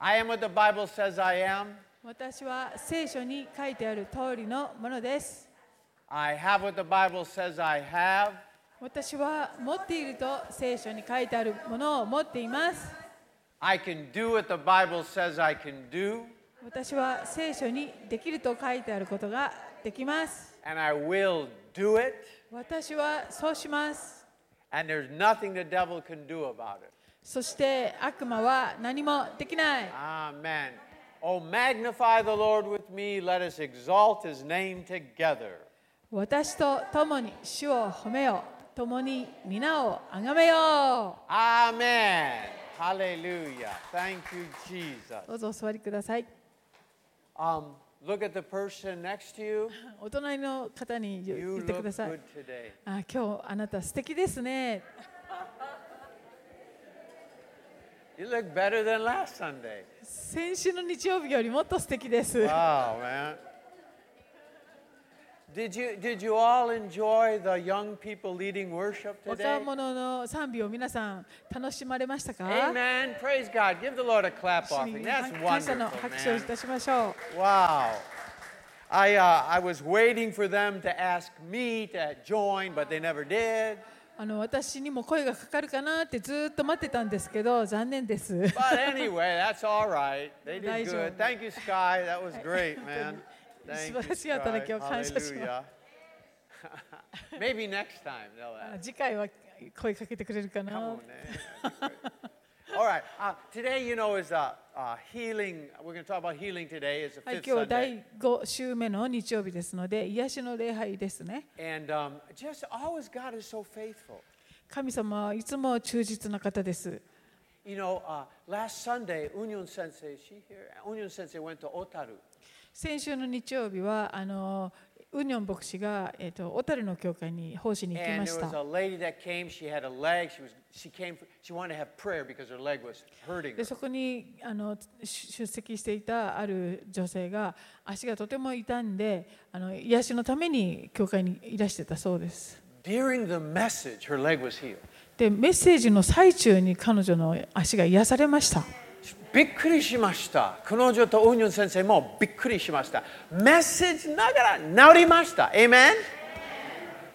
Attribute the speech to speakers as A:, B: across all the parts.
A: I am what the Bible says I am.
B: 私は聖書に書いてある通りのものです。
A: I have what the Bible says I have.
B: 私は持っていると聖書に書いてあるものを持っています。
A: I can do what the Bible says I can do.
B: 私は聖書にできると書いてあることができます。
A: And I will do it.
B: 私はそうします。
A: And there's nothing the devil can do about it.
B: そして悪魔は何もできない。
A: Amen. Oh, magnify the Lord with me. Let us exalt his name together.
B: 私と共に主を褒めよう。共に皆を崇めよ
A: Amen. Hallelujah. Thank you,
B: う。
A: Jesus.
B: どうぞお座りください。
A: Um, look at the person next to you.
B: お隣の方に言
A: You
B: 言ってく
A: look
B: ださい
A: good。today.
B: あ今日あなた素敵ですね。
A: You look better than last Sunday.
B: 先週の日曜日よりもっと素敵です。
A: Wow, Oh, man. Did you, did you all enjoy the young people leading worship
B: 若
A: today?
B: 者の賛美を皆さん楽しまれましたか
A: Amen. Praise God. Give the Lord a clap
B: 一緒
A: offering.
B: に
A: That's
B: 感謝の
A: wonderful,
B: 拍手をい
A: man.
B: たしましょう。
A: Wow. I, uh, I was waiting for them to ask me to join, but they never did.
B: あの私にも声がかかるかなってずっと待ってたんですけど残念です。
A: But anyway, that's all right. They did
B: 大丈夫。
A: good. Thank you, Sky. That was great, man.
B: 本当
A: Thank
B: に素晴ら
A: you,
B: しい働きを
A: Sky.
B: 感謝します
A: Hallelujah. Maybe next time they'll ask.
B: 次回は声かけてくれるかな。
A: Come on, man. All right. Uh, today, you know, is uh, uh, healing. We're going to talk about healing today. It's the
B: は
A: fifth
B: い、今日は
A: Sunday.
B: 第5週目の日曜日ですので癒しの礼拝ですね。
A: And um, just always God is so faithful.
B: 神様はいつも忠実な方です。
A: You know, uh, last Sunday, Union Sensei, is she here? Union Sensei went to Otaru.
B: 先週の日曜日はあのウニョン牧師が、えっと小樽の教会に奉仕に行き
A: And
B: ま
A: there
B: し
A: was
B: た
A: a。lady that came. She had a leg. She was. She came. For, she wanted to have prayer because her leg was hurting.
B: で
A: Her.
B: そこにあのし出席していたある女性が足がとても痛んであの癒しのために教会にいらしてたそうです。
A: During the message, her leg was healed.
B: でメッセージの最中に彼女の足が癒されました。
A: びっくりしました。彼女とウニョン先生もびっくりしました。メッセージながら治りました。Amen?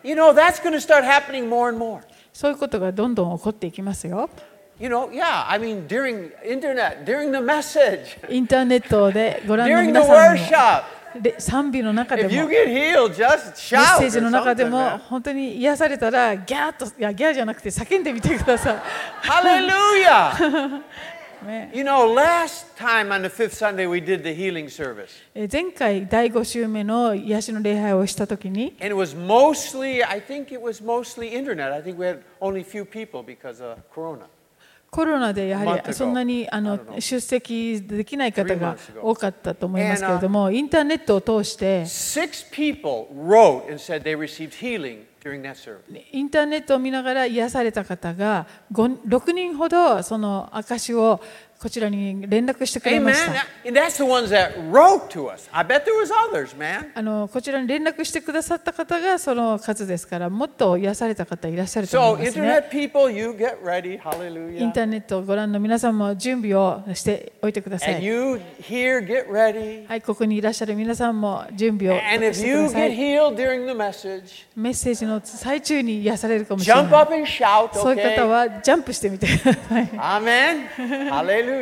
A: You know, that's going to start happening more and more.
B: そういうことがどんどん起こっていきますよ。
A: You know, yeah, I mean, during internet, during the message,
B: インターネットでご覧の
A: during the
B: 皆さんの
A: worship.
B: で賛美の中で
A: If
B: も
A: you get healed, just
B: メッ
A: shout.
B: セ
A: or
B: ージの中で
A: something,
B: も
A: man.
B: 本当に癒されたらギャーっといやギャーじゃなくて叫んでみてくだ さ
A: Hallelujah.
B: い、ね
A: You know, last time on the fifth Sunday, we did the healing service.
B: えー前回第5週目の癒しの礼拝をした時に
A: And it was mostly, I think it was mostly internet. I think we had only a few people because of Corona.
B: コロナでや
A: Month
B: は
A: ago.
B: りそんなにあ
A: I
B: の
A: don't know.
B: 出席できない方
A: Three months
B: が
A: ago.
B: 多かったと思いますけれどもインターネットを通して。
A: Six people wrote and said they received healing during that service.
B: インターネットを見ながら癒された方が5 6人ほどその証をこちらに連絡してくれ
A: Amen.
B: ました。
A: That- And that's the ones that wrote to us. I bet there was others, man.
B: あのこちらに連絡してくださった方がその数ですからもっと癒された方いらっしゃると
A: So,
B: 思いますね。
A: internet people, you get ready.
B: イン
A: Hallelujah.
B: ターネットをご覧の皆さんも準備をしておいてくださ
A: And
B: い。
A: you here, get ready.
B: はい、ここにいらっしゃる皆さんも準備を
A: And if
B: してく
A: you
B: ださ
A: get
B: い。
A: healed during the message,
B: メッセージの最中に癒されるかもしれ
A: jump
B: ない
A: up。and shout,
B: そういう
A: okay?
B: 方はジャンプしてみてください。
A: Amen. Hallelujah.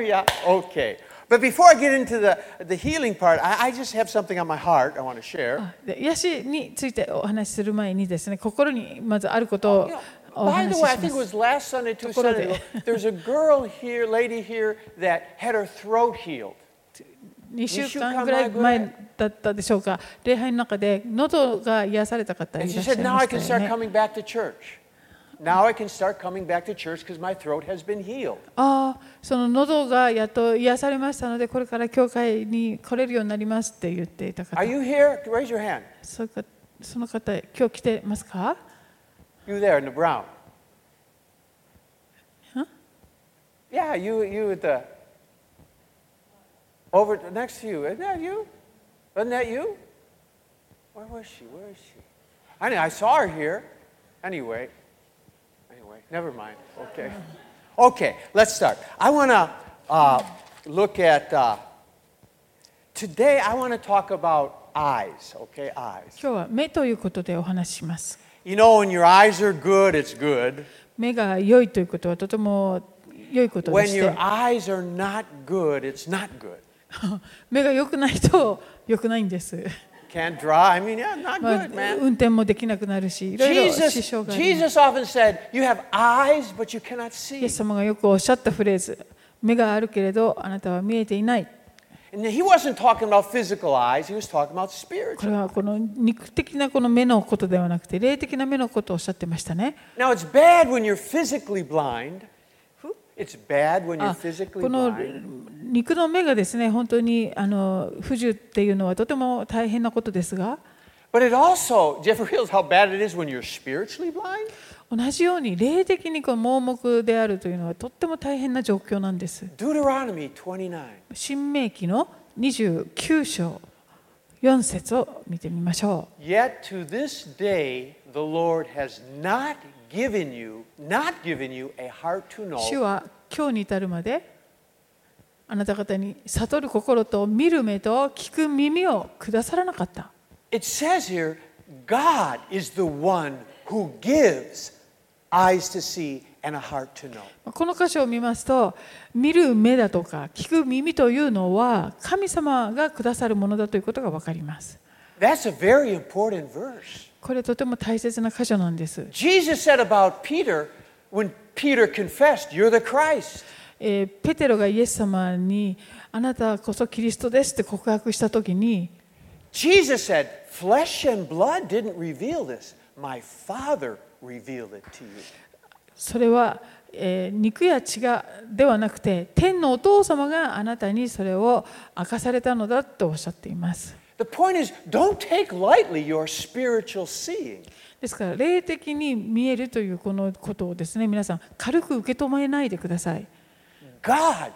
A: Okay. But before I get into the, the healing part, I, I just have something on my heart I want to share.
B: で癒しについてお話しする前にですね、心にまずあることを
A: You know,
B: お
A: by
B: 話
A: the
B: し
A: way, I think
B: し
A: it
B: ます。
A: was last Sunday, two
B: ところで。
A: Sundays ago, there's a girl here, lady here, that had her throat healed.
B: 2
A: 週
B: 週
A: 間
B: 間
A: ぐ
B: ぐ
A: ら
B: ら
A: い
B: い前だったでしょうか、礼拝の中で喉が癒された方
A: And
B: い
A: she
B: らっしゃ
A: said,
B: い
A: now
B: ま
A: I can
B: し
A: start
B: たよね。
A: coming back to church. Now I can start coming back to church because my throat has been healed.
B: ああ、その喉がやっと癒されましたので、これから教会に来れるようになりますって言っていた
A: Are
B: 方、
A: you here? Raise your hand.
B: そういうかその方、今日来てますか
A: You there in the brown.
B: Huh?
A: Yeah, you you with the over next to you. Isn't that you? Isn't that you? Where was she? Where is she? I know, I saw her here. Anyway. Anyway, never mind. Okay. Okay, let's start. I wanna uh, look at uh, today, I want to talk about eyes, okay? Eyes.
B: 今日は目ということでお話しします。
A: You know, when your eyes are good, it's good.
B: 目が良いということはとても良いことで
A: When
B: し
A: your
B: て、
A: eyes are not good, it's not good.
B: 目が良くないと良くないんです。
A: Can't drive. I mean, yeah, not
B: まあ
A: good, man.
B: 運転もできなくなるし、いろいろ支
A: Jesus,
B: 障があります。
A: Jesus often said, You have eyes, but you cannot
B: イエ
A: see.
B: ス様がよくおっしゃったフレーズ、目があるけれどあなたは見えていない。
A: And he wasn't talking about physical eyes, he was talking about
B: こ
A: spiritual.
B: れはこの肉的なこの目のことではなくて、霊的な目のことをおっしゃってましたね。
A: Now, it's bad when you're physically blind. It's bad when you're
B: あ
A: physically
B: この
A: blind.
B: 肉の目がですね、本当にあの不自由っていうのはとても大変なことですが、
A: But it also, do you ever realize how bad it is when you're spiritually blind?
B: 同じように霊的にこう盲目であるというのはとっても大変な状況なんです。
A: Deuteronomy 29.
B: 新明記の29章4節を見てみましょう。
A: Yet to this day the Lord has not given you, not given you a heart to
B: 主
A: know.
B: は今日に至るまであなた方に悟る心と見る目と聞く耳をくださらなかった。
A: It says here, God is the one who gives eyes to see and a heart to know.
B: この箇所を見ますと、見る目だとか聞く耳というのは神様がくださるものだということがわかります。
A: That's a very important verse.
B: これとても大切な箇所なんです。
A: Jesus said about Peter when Peter confessed, You're the Christ.
B: えーペテロがイエス様にあなたこそキリストですって告白した時に
A: Jesus said, Flesh and blood didn't reveal this, my Father revealed it to you.
B: それは、えー肉や血がではなくて天のお父様があなたにそれを明かされたのだとおっしゃっています
A: The point is, don't take lightly your spiritual seeing.
B: ですから霊的に見えるというこのことをですね皆さん軽く受け止めないでください
A: God,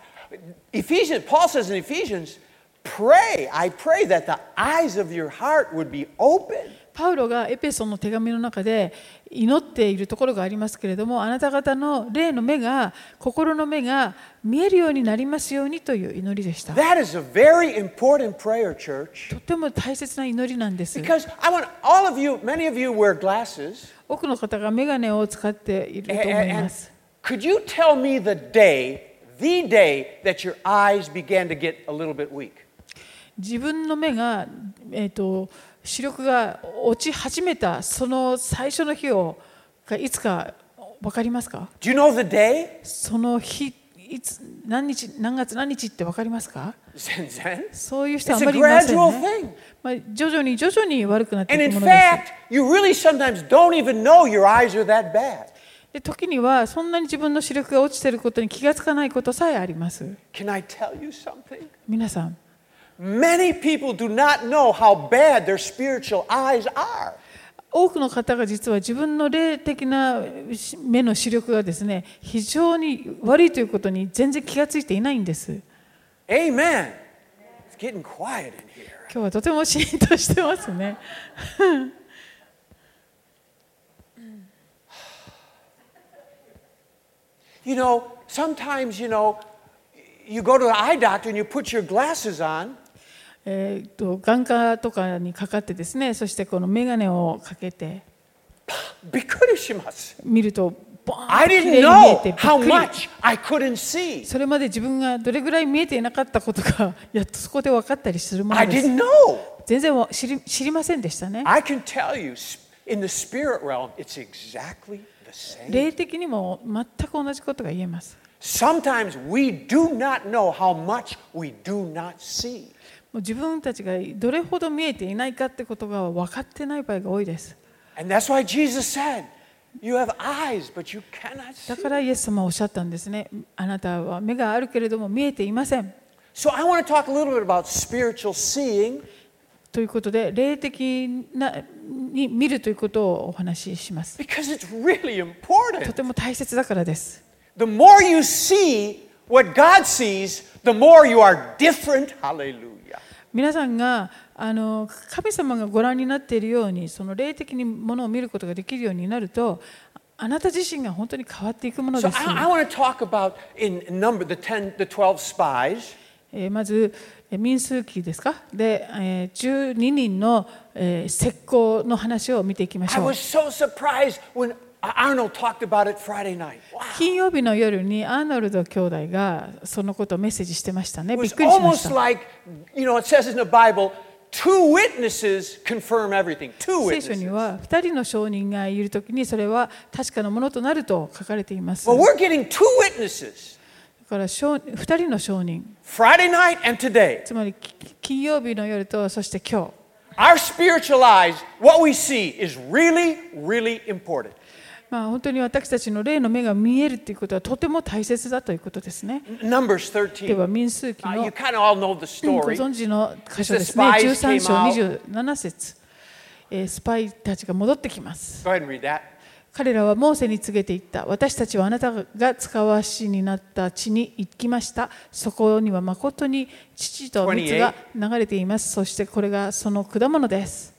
A: Ephesians, Paul says in Ephesians, pray, I pray that the eyes of your heart would be open.
B: パウロがエペソの手紙の中で祈っているところがありますけれどもあなた方の霊の目が心の目が見えるようになりますようにという祈りでした
A: That is a very important prayer, church.
B: とても大切な祈りなんです
A: Because I want all of you, many of you wear glasses.
B: 多くの方が眼鏡を使っている
A: A-
B: と
A: a-
B: 思い
A: And,
B: ます
A: could you tell me the day, the day that your eyes began to get a little bit weak?
B: 自分の目が、えー、と視力が落ち始めたその最初の日をがいつか分かりますか
A: Do you know the day?
B: その日いつ何日何月何日って分かりますか
A: Zen Zen.
B: そういう人はあ
A: It's
B: ま
A: a
B: りいません
A: gradual
B: ね、
A: thing.
B: まあ、徐々に徐々に悪くなってい
A: And in
B: くものです
A: fact, you really sometimes don't even know your eyes are that bad.
B: で時にはそんなに自分の視力が落ちていることに気がつかないことさえあります
A: Can I tell you something?
B: 皆さん
A: Many people do not know how bad their spiritual eyes are.
B: 多くの方が実は自分の霊的な目の視力がですね非常に悪いということに全然気がついていないんです
A: Amen. It's getting quiet in here.
B: 今日はとてもシーンとしてますね
A: You know, sometimes, you know, you go to the eye doctor and you put your glasses on,
B: えーっと眼科とかにかかってですねそしてこの眼鏡をかけて
A: bikurishimasu.
B: 見るとボー
A: I
B: ンと綺
A: didn't
B: 麗に見え
A: know
B: てびっ
A: how
B: くり
A: much I couldn't see.
B: それまで自分がどれぐらい見えていなかったことがやっとそこで分かったりするも
A: I
B: のです
A: didn't know.
B: 全然わ知り知りませんでしたね
A: I can tell you, sp- in the spirit realm, it's exactly the same.
B: 霊的にも全く同じことが言えます
A: Sometimes we do not know how much we do not see.
B: もう自分たちがどれほど見えていないかってことが分かってない場合が多いです。
A: And that's why Jesus said, You have eyes, but you cannot
B: だ
A: see.
B: からイエス様はおっしゃったんですね。あなたは目があるけれども見えていません。
A: So I want to talk a little bit about spiritual seeing.
B: ということで、霊的なに見るということをお話しします。
A: Because it's really
B: と
A: important.
B: ても大切だからです。
A: The more you see what God sees, the more you are different. Hallelujah.
B: 皆さんがあの神様がご覧になっているように、その霊的にものを見ることができるようになると、あなた自身が本当に変わっていくもの
A: So
B: です。
A: I, I want to talk about in number the 10, the 12 spies.
B: えーまず、えー民数記ですかで、えー12人の、えー石膏の話を見ていきまし
A: I
B: ょう
A: was。so surprised when Arnold talked about it Friday night. Wow.
B: 金曜日の夜にアーノルド兄弟がそのことをメッセージしてましたね。
A: It
B: びっ
A: was
B: くりしまし
A: almost
B: た。
A: like, you know, it says in the Bible, two witnesses confirm everything. Two
B: 聖書に
A: witnesses.
B: は2人の証人がいるときにそれは確かなものとなると書かれています。
A: Well,
B: だ
A: we're getting two witnesses
B: から証2人の証人、
A: Friday night and today.
B: つまりき金曜日の夜とそして今日、
A: Our spiritual eyes, what we see is really, really important.
B: まあ、本当に私たちの霊の目が見えるということはとても大切だということですね。
A: Numbers
B: で
A: 13.
B: は民数記
A: Uh,
B: の
A: you kind of all know the
B: ご
A: story.
B: 存知の箇所ですね、13章
A: The
B: 27節、えースパイたちが戻ってきます。
A: Go ahead and read that.
B: 彼らはモーセに告げていった私たちはあなたが使わしになった地に行きましたそこには誠に乳と蜜が流れていますそしてこれがその果物です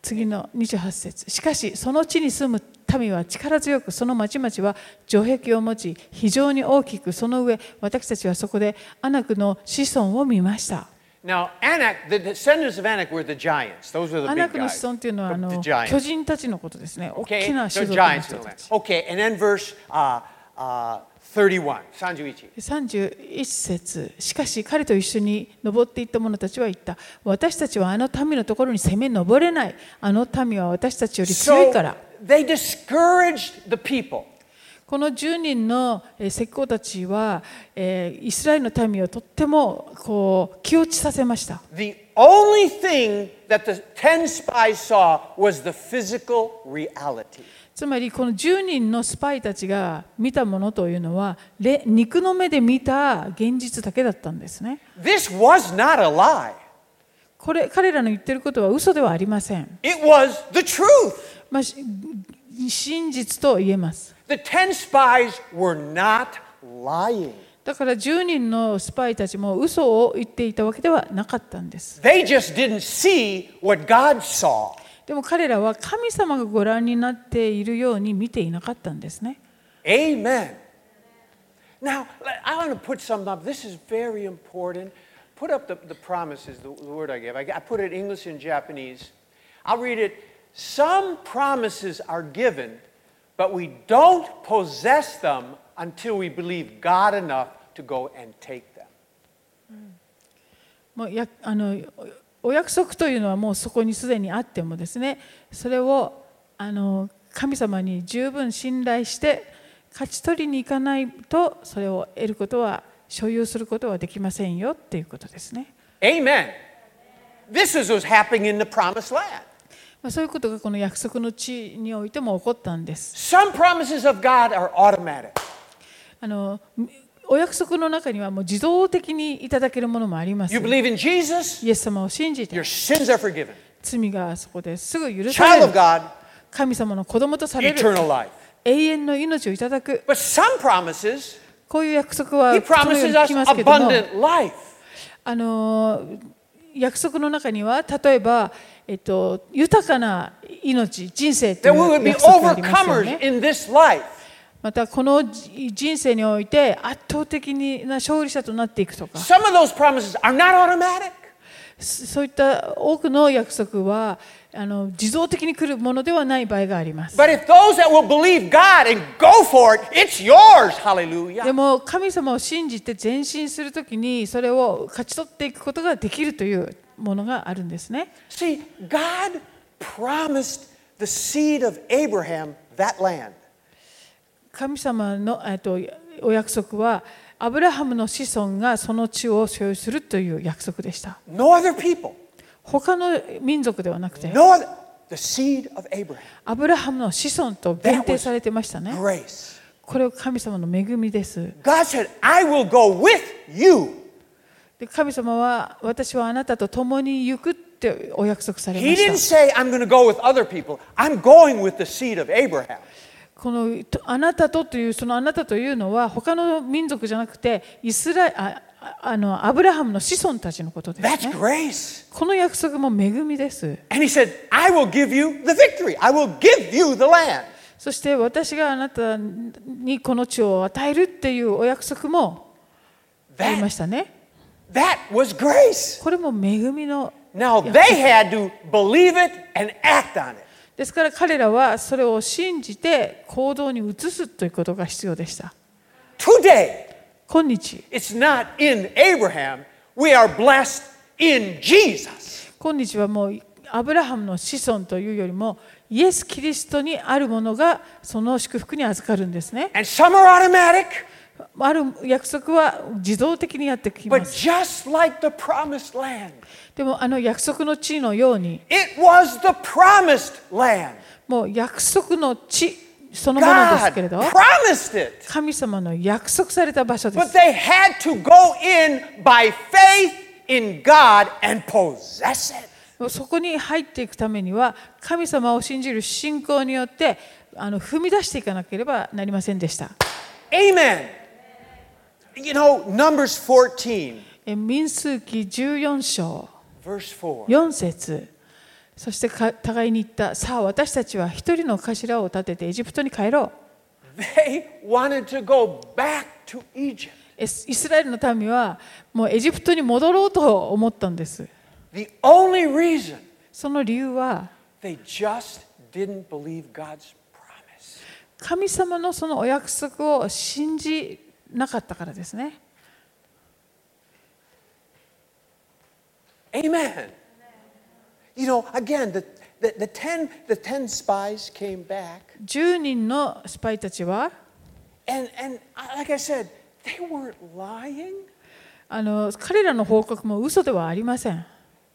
B: 次の28節しかしその地に住む民は力強くその町々は城壁を持ち非常に大きくその上私たちはそこでアナクの子孫を見ました
A: Now, Anak, the descendants of Anak were the giants. Those were the
B: ア
A: big
B: ナクの
A: guys.
B: 子孫というのはあ
A: The-
B: の
A: the
B: 巨
A: giants.
B: 人たちのことですね大き
A: Okay,
B: な種
A: the
B: 族の
A: giants in the
B: 人た
A: land.
B: ち
A: Okay, and then verse uh, uh, 31. 31.
B: 31節しかし彼と一緒に登っていった者たちは言った私たちはあの民のところに攻め上れないあの民は私たちより強いから
A: So they discouraged the people.
B: この10人のえー石膏たちは、えーイスラエルの民をとってもこう気落ちさせました
A: The only thing that the 10 spies saw was the physical reality.
B: つまりこの10人のスパイたちが見たものというのはれ肉の目で見た現実だけだったんですね
A: This was not a lie,
B: これ彼らの言ってることは嘘ではありません、
A: it was the truth.
B: まあ、し真実と言えます
A: The 10 spies were not lying,
B: だから10人のスパイたちも嘘を言っていたわけではなかったんです。
A: they just didn't see what God saw.
B: でも彼らは神様がご覧になっているように見ていなかったんですね。
A: Amen. Now, let- I want to put something up. This is very important. Put up the, the promises, the, the word I gave. I, I put it in English and Japanese. I'll read it. Some promises are given, but we don't possess them until we believe God enough to go and take them.
B: もうやあのおお約束というのはもうそこにすでにあってもですねそれをあの神様に十分信頼して勝ち取りに行かないとそれを得ることは所有することはできませんよっていうことですね。
A: Amen. This is what's happening in the promised land.
B: まあ、そういうことがこの約束の地においても起こったんです。
A: Some promises of God are automatic.
B: あのお約束の中にはもう自動的にいただけるものもあります
A: You。believe in Jesus,
B: イエス様を信じて
A: your sins are forgiven.
B: 罪がそこですぐ許さ
A: Child
B: れ
A: of
B: る
A: God,
B: 神様の子供とされる
A: eternal life.
B: 永遠の命をいただく
A: But some promises,
B: こういう約束は
A: he
B: このよ
A: promises
B: うに聞
A: us
B: きますけども
A: abundant life.
B: あの約束の中には例えば、えっと、豊かな命人生とい
A: That we would
B: う
A: be
B: 約束がありますよ
A: overcomers
B: ね
A: in this life.
B: またこのじ人生において圧倒的な勝利者となっていくとか
A: Some of those promises are not automatic.
B: そそういった多くの約束はあの自動的に来るものではない場合があります。
A: But if those that will believe God and go for it, it's yours.
B: で
A: Hallelujah.
B: も神様を信じて前進するときにそれを勝ち取っていくことができるというものがあるんですね。
A: See, God promised the seed of Abraham that land.
B: 神様のえっとお約束はアブラハムの子孫がその地を所有するという約束でした。
A: No other people.
B: 他の民族ではなくて
A: No other. The seed of Abraham.
B: アブラハムの子孫と限定されてましたね。
A: Grace.
B: これは神様の恵みです。
A: God said, I will go with you.
B: で神様は私はあなたと共に行くってお約束され
A: He
B: ま
A: didn't
B: した。
A: say, I'm going to go with other people. I'm going with the seed of Abraham.
B: このとあなたとというそのあなたというのは他の民族じゃなくてイスラあああのアブラハムの子孫たちのことです
A: That's
B: ね。
A: grace.
B: この約束も恵みです。
A: And he said, I will give you the victory. I will give you the land.
B: そして私があなたにこの地を与えるっていうお約束もありま
A: That,
B: したね。
A: that was grace.
B: これも恵みの
A: Now
B: 約束
A: they had to believe it and act on it.
B: ですから彼らはそれを信じて行動に移すということが必要でした。
A: Today,
B: 今日、
A: it's not in Abraham. We are blessed in Jesus.
B: 今日はもうアブラハムの子孫というよりもイエス・キリストにあるものがその祝福に預かるんですね。
A: And some are automatic,
B: ある約束は自動的にやってきま
A: but
B: す。
A: just like the promised land,
B: でもあの約束の地のように
A: it was the promised land.
B: もう約束の地そのものです
A: God
B: けれど
A: promised it.
B: 神様の約束された場所で
A: But
B: す。
A: they had to go in by faith in God and possess it.
B: そこに入っていくためには神様を信じる信仰によってあの踏み出していかなければなりませんでした。
A: Amen. You know, Numbers 14,
B: え民数記14章
A: verse 4.
B: 4節そしてか互いに言ったさあ私たちは一人の頭を立ててエジプトに帰ろう
A: They wanted to go back to Egypt.
B: えイスラエルの民はもうエジプトに戻ろうと思ったんです
A: The only reason
B: その理由は
A: they just didn't believe God's promise.
B: 神様のそのお約束を信じなかったからですね
A: Amen. You know, again, the, the, the, ten, the 10 spies came back,
B: 10人のスパイたちは
A: and, and I- like I said, they weren't lying.
B: あの彼らの報告も嘘ではありません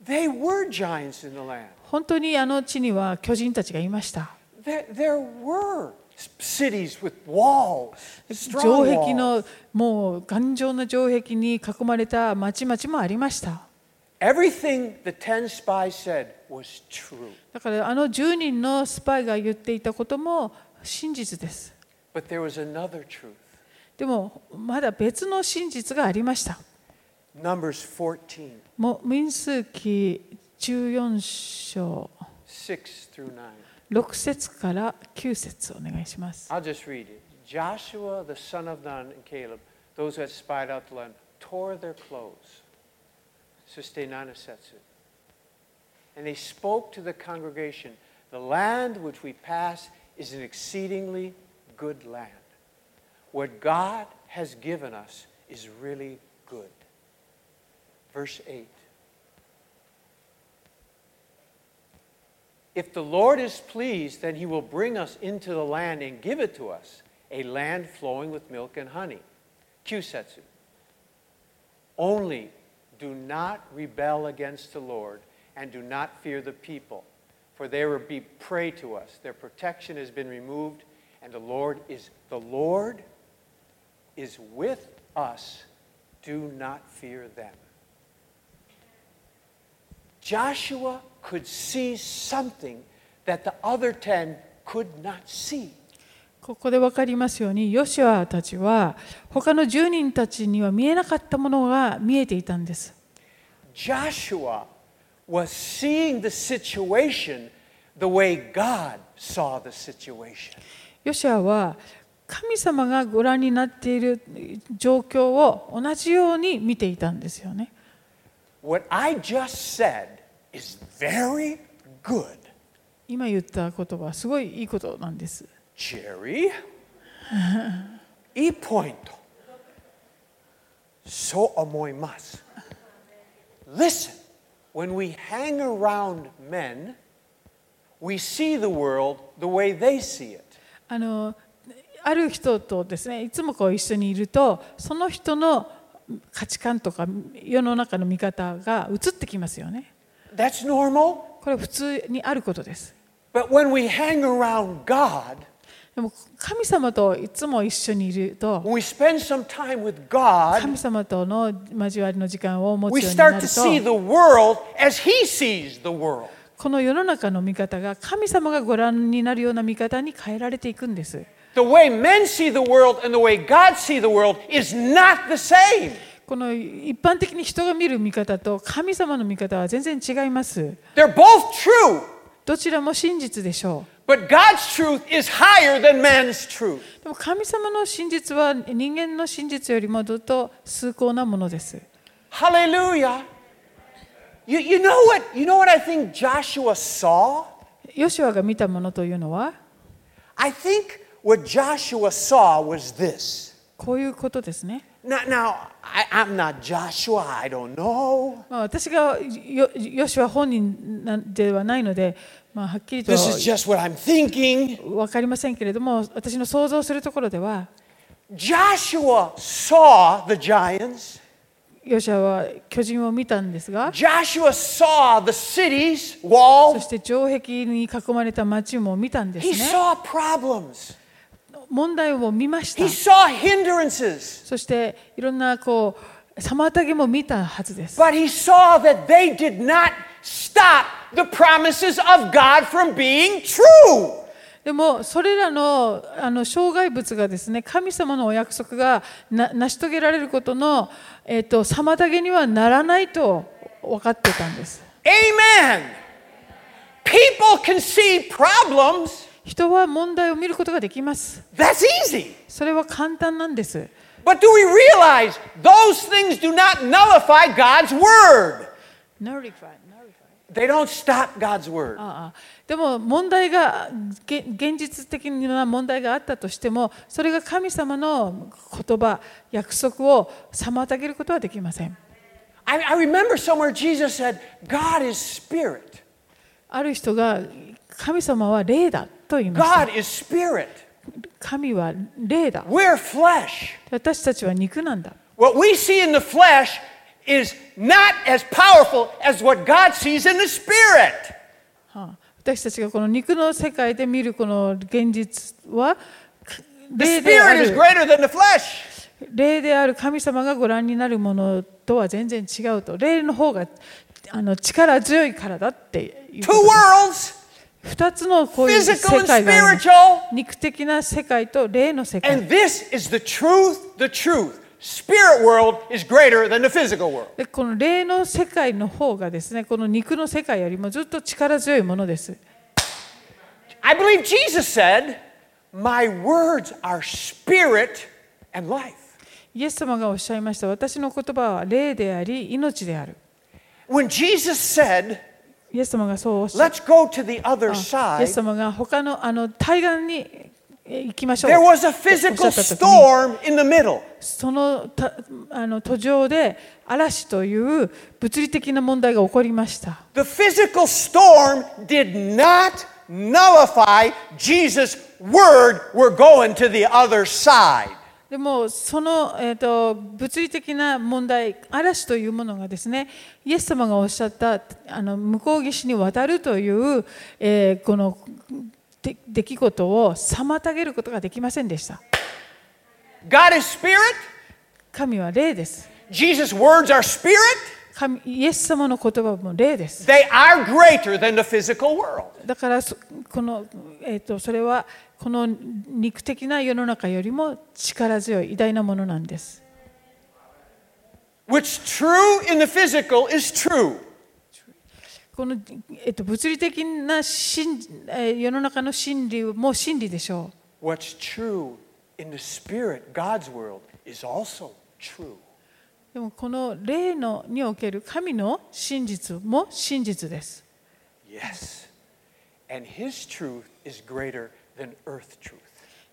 A: They were giants in the land.
B: 本当にあの地には巨人たちがいました
A: There, there were s- cities with walls,
B: 城
A: strong walls.
B: 壁のもう頑丈な城壁に囲まれた町々もありました
A: Everything the ten spies said was true,
B: だからあの10人のスパイが言っていたことも真実です
A: but there was another truth.
B: でもまだ別の真実がありました
A: Numbers 14,
B: もう民数記14章
A: 6 through 9.
B: 6節から9節お願いします
A: I'll just read it. Joshua, the son of Nun, and Caleb, those who had spied out the land, tore their clothes. Sustainana sets it. And they spoke to the congregation The land which we pass is an exceedingly good land. What God has given us is really good. Verse 8 If the Lord is pleased, then he will bring us into the land and give it to us, a land flowing with milk and honey. Kyusetsu. Only do not rebel against the Lord and do not fear the people, for they will be prey to us. Their protection has been removed, and the Lord is the Lord is with us. Do not fear them. Joshua could see something that the other ten could not see.
B: ここで分かりますようにヨシュアたちは他の10人たちには見えなかったものが見えていたんです
A: Joshua was seeing the situation the way God saw the situation.
B: ヨシュアは神様がご覧になっている状況を同じように見ていたんですよね。
A: What I just said is very good,
B: 今言ったことはすごいいいことなんです。
A: Jerry. E pointo. So omoimasu. Listen, when we hang around men, we see the world the way they see it.
B: あのある人とですねいつもこう一緒にいるとその人の価値観とか世の中の見方が移ってきますよね。
A: That's normal.
B: これは普通にあることです。
A: But when we hang around God,
B: でも神様といつも一緒にいると
A: when we spend some time with God,
B: 神様との交わりの時間を持
A: we
B: つようにな
A: start
B: る
A: to see
B: と
A: the world as He sees the world.
B: この世の中の見方が神様がご覧になるような見方に変えられていくんです。
A: The way men see the world and the way God see the world is not the same.
B: この一般的に人が見る見方と神様の見方は全然違います。
A: They're both true,
B: どちらも真実でしょ
A: But God's truth is higher than man's truth.
B: う。でも神様の真実は人間の真実よりもずっと崇高なものです。
A: Hallelujah. You, you know what? You know what I think Joshua saw?
B: ヨシュアが見たものというのは
A: I think what Joshua saw was this.
B: こういうことですね。
A: Now, now I, I'm not Joshua. I don't know.
B: まあ、私がよヨシュア本人なんではないので、まあ、はっきりと
A: This is
B: は
A: just what I'm thinking.
B: 分かりませんけれども私の想像するところでは
A: Joshua saw the giants.
B: ヨシュアは巨人を見たんですが
A: Joshua saw the city's
B: そ
A: walls.
B: して城壁に囲まれた町も見たんです
A: He
B: ね
A: saw problems.
B: 問題を見ました
A: He saw hindrances.
B: そしていろんなこう妨げも見たはずです
A: But he saw that they did not stop the promises of God from being true.
B: でもそれらのあの障害物がですね神様のお約束がな成し遂げられることの、えっと妨げにはならないと分かってたんです
A: Amen. People can see problems.
B: 人は問題を見ることができます
A: That's easy.
B: それは簡単なんです
A: But do we realize those things do not nullify God's word?
B: Nullify, nullify.
A: They don't stop God's word.
B: ああでも問題がげ現実的な問題があったとしてもそれが神様の言葉約束を妨げることはできません
A: I, I remember somewhere Jesus said, God is spirit.
B: ある人が神様は霊だと言いました
A: God is spirit.
B: 神は霊だ
A: We're flesh.
B: 私たちは肉なんだ
A: What we see in the flesh is not as powerful as what God sees in the spirit.
B: はあ私たちがこの肉の世界で見るこの現実はか
A: The
B: 霊であ
A: spirit is
B: る
A: greater than the flesh.
B: 霊である神様がご覧になるものとは全然違うと霊の方があの力強いからだっていうこ
A: Two
B: とです
A: worlds,
B: 二つのこういう世
A: physical and
B: 界があります
A: spiritual.
B: 肉的な世界と霊の世界
A: And this is the truth, the truth. Spirit world is greater than the physical world.
B: でこの霊の世界の方がですねこの肉の世界よりもずっと力強いものです
A: I believe Jesus said, My words are spirit and life.
B: イエス様がおっしゃいました私の言葉は霊であり命である
A: When Jesus said,
B: イエス様がそうおっしゃっ
A: Let's go to the other
B: たイエ
A: side,
B: ス様が他のあの対岸にえ行きましょう
A: there was a
B: お
A: physical
B: っしゃった時に
A: storm in the middle.
B: そのたあの途上で嵐という物理的な問題が起こりました
A: The physical storm did not nullify Jesus' word, we're going to the other side.
B: でもその、えー、と物理的な問題嵐というものがですねイエス様がおっしゃったあの向こう岸に渡るという、えーこので出来事を妨げることができませんでした
A: God is spirit,
B: 神は霊です
A: Jesus' words are spirit,
B: 神イエス様の言葉も霊です
A: they are greater than the physical world.
B: だからそこの、えー、とそれはこの肉的な世の中よりも力強い偉大なものなんです
A: What's true in the physical is true.
B: この、えー、と物理的な真、えー世の中の真理も真理でしょう
A: What's true in the spirit, God's world, is also true.
B: でもこの霊のにおける神の真実も真実です。
A: Yes. And his truth is greater than earth truth.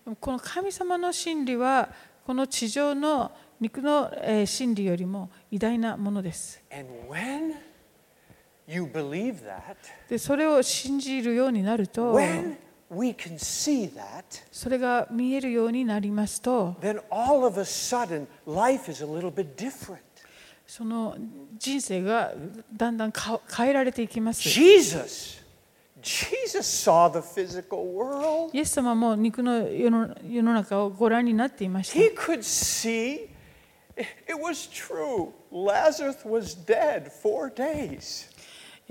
B: でもこの神様の真理はこの地上の肉のえー真理よりも偉大なものです。
A: And when you believe that,
B: でそれを信じるようになると
A: when we can see that,
B: それが見えるようになりますと
A: then all of a sudden life is a little bit different.
B: その人生がだんだんか変えられていきます。イ
A: Jesus, Jesus saw the physical world.
B: エス様も肉の世の世の中をご覧になっていました
A: He。could see it was true. Lazarus was dead four days.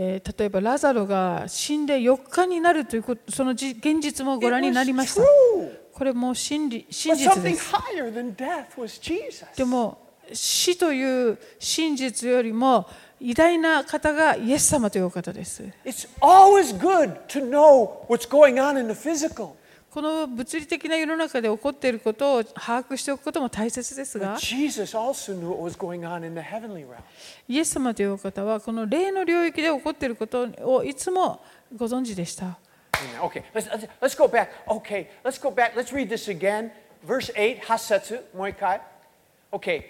B: えー例えばラザロが死んで4日になるということそのじ現実もご覧になり
A: It
B: ま
A: was
B: した
A: true.
B: これも真理真
A: But
B: 実で
A: something
B: す
A: higher than death was Jesus.
B: でも死という真実よりも偉大な方がイエス様というお方です。
A: It's always good to know what's going on in the physical.
B: この物理的な世の中で起こっていることを把握しておくことも大切ですが
A: But、Jesus also knew what was going on in the heavenly realm.
B: イエス様というお方は、この霊の領域で起こっていることをいつもご存知でした。
A: Amen. Okay, let's, let's, let's go back. Okay, let's go back. Let's read this again. Verse 8, Hasetsu, Moikai. Okay,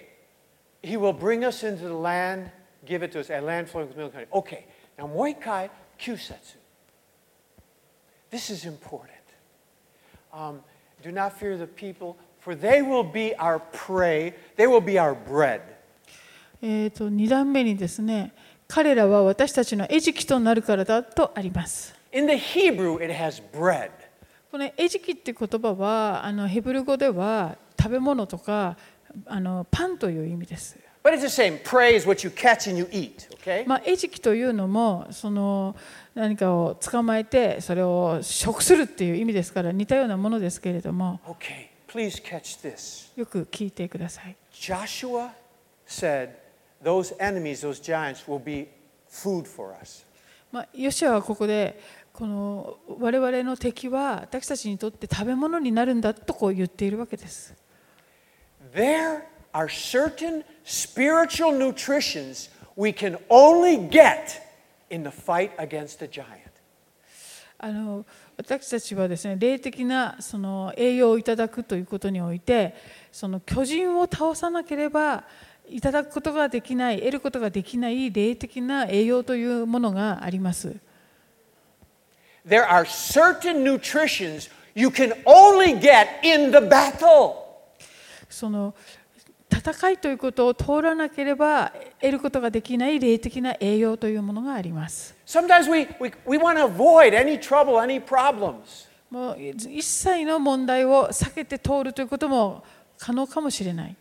A: he will bring us into the land, give it to us, a land flowing with milk and honey. Okay, now Moikai, Kyusetsu. This is important. Um, Do not fear the people, for they will be our prey, they will be our bread.
B: えー、と2段目にですね、彼らは私たちの餌食となるからだとあります。
A: In the Hebrew, it has bread.
B: この餌食って言葉はあのヘブル語では食べ物とかあのパンという意味です。
A: But it's the same. Prey is what you catch and you eat, okay?
B: まあ、餌食というのもその何かを捕まえてそれを食するっていう意味ですから似たようなものですけれども
A: Okay, please catch this.
B: よく聞いてください。
A: Joshua said, Those enemies, those giants, will be food for us.
B: まあ、ヨシアはここでこの我々の敵は私たちにとって食べ物になるんだとこう言っているわけです。
A: There are certain spiritual nutritions we can only get in the fight against the giant.
B: あの私たちはですね霊的なその栄養をいただくということにおいてその巨人を倒さなければいただくことができない得ることができない霊的な栄養というものがあります。
A: There are certain nutritions you can only get in the battle.
B: その戦いということを通らなければ得ることができない霊的な栄養というものがあります。
A: Sometimes we, we, we want to avoid any trouble, any problems.
B: もう一切の問題を避けて通るということも可能かもしれない。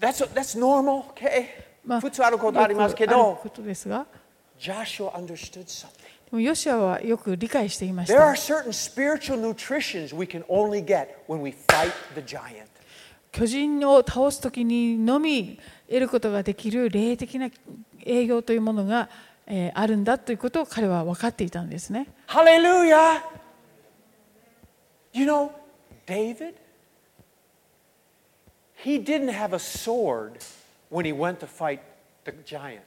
A: That's, that's normal, okay?
B: まあ、よくある
A: 普通あることありますけど、
B: ことですが、
A: Joshua understood something.
B: でもヨシアはよく理解していまし
A: There
B: た
A: are。certain spiritual nutritions we can only get when we fight the giant.
B: 巨人を倒す時にのみ得ることができる霊的な栄養というものが、えーあるんだということを彼は分かっていたんですね。
A: Hallelujah! You know, David, he didn't have a sword when he went to fight the giant.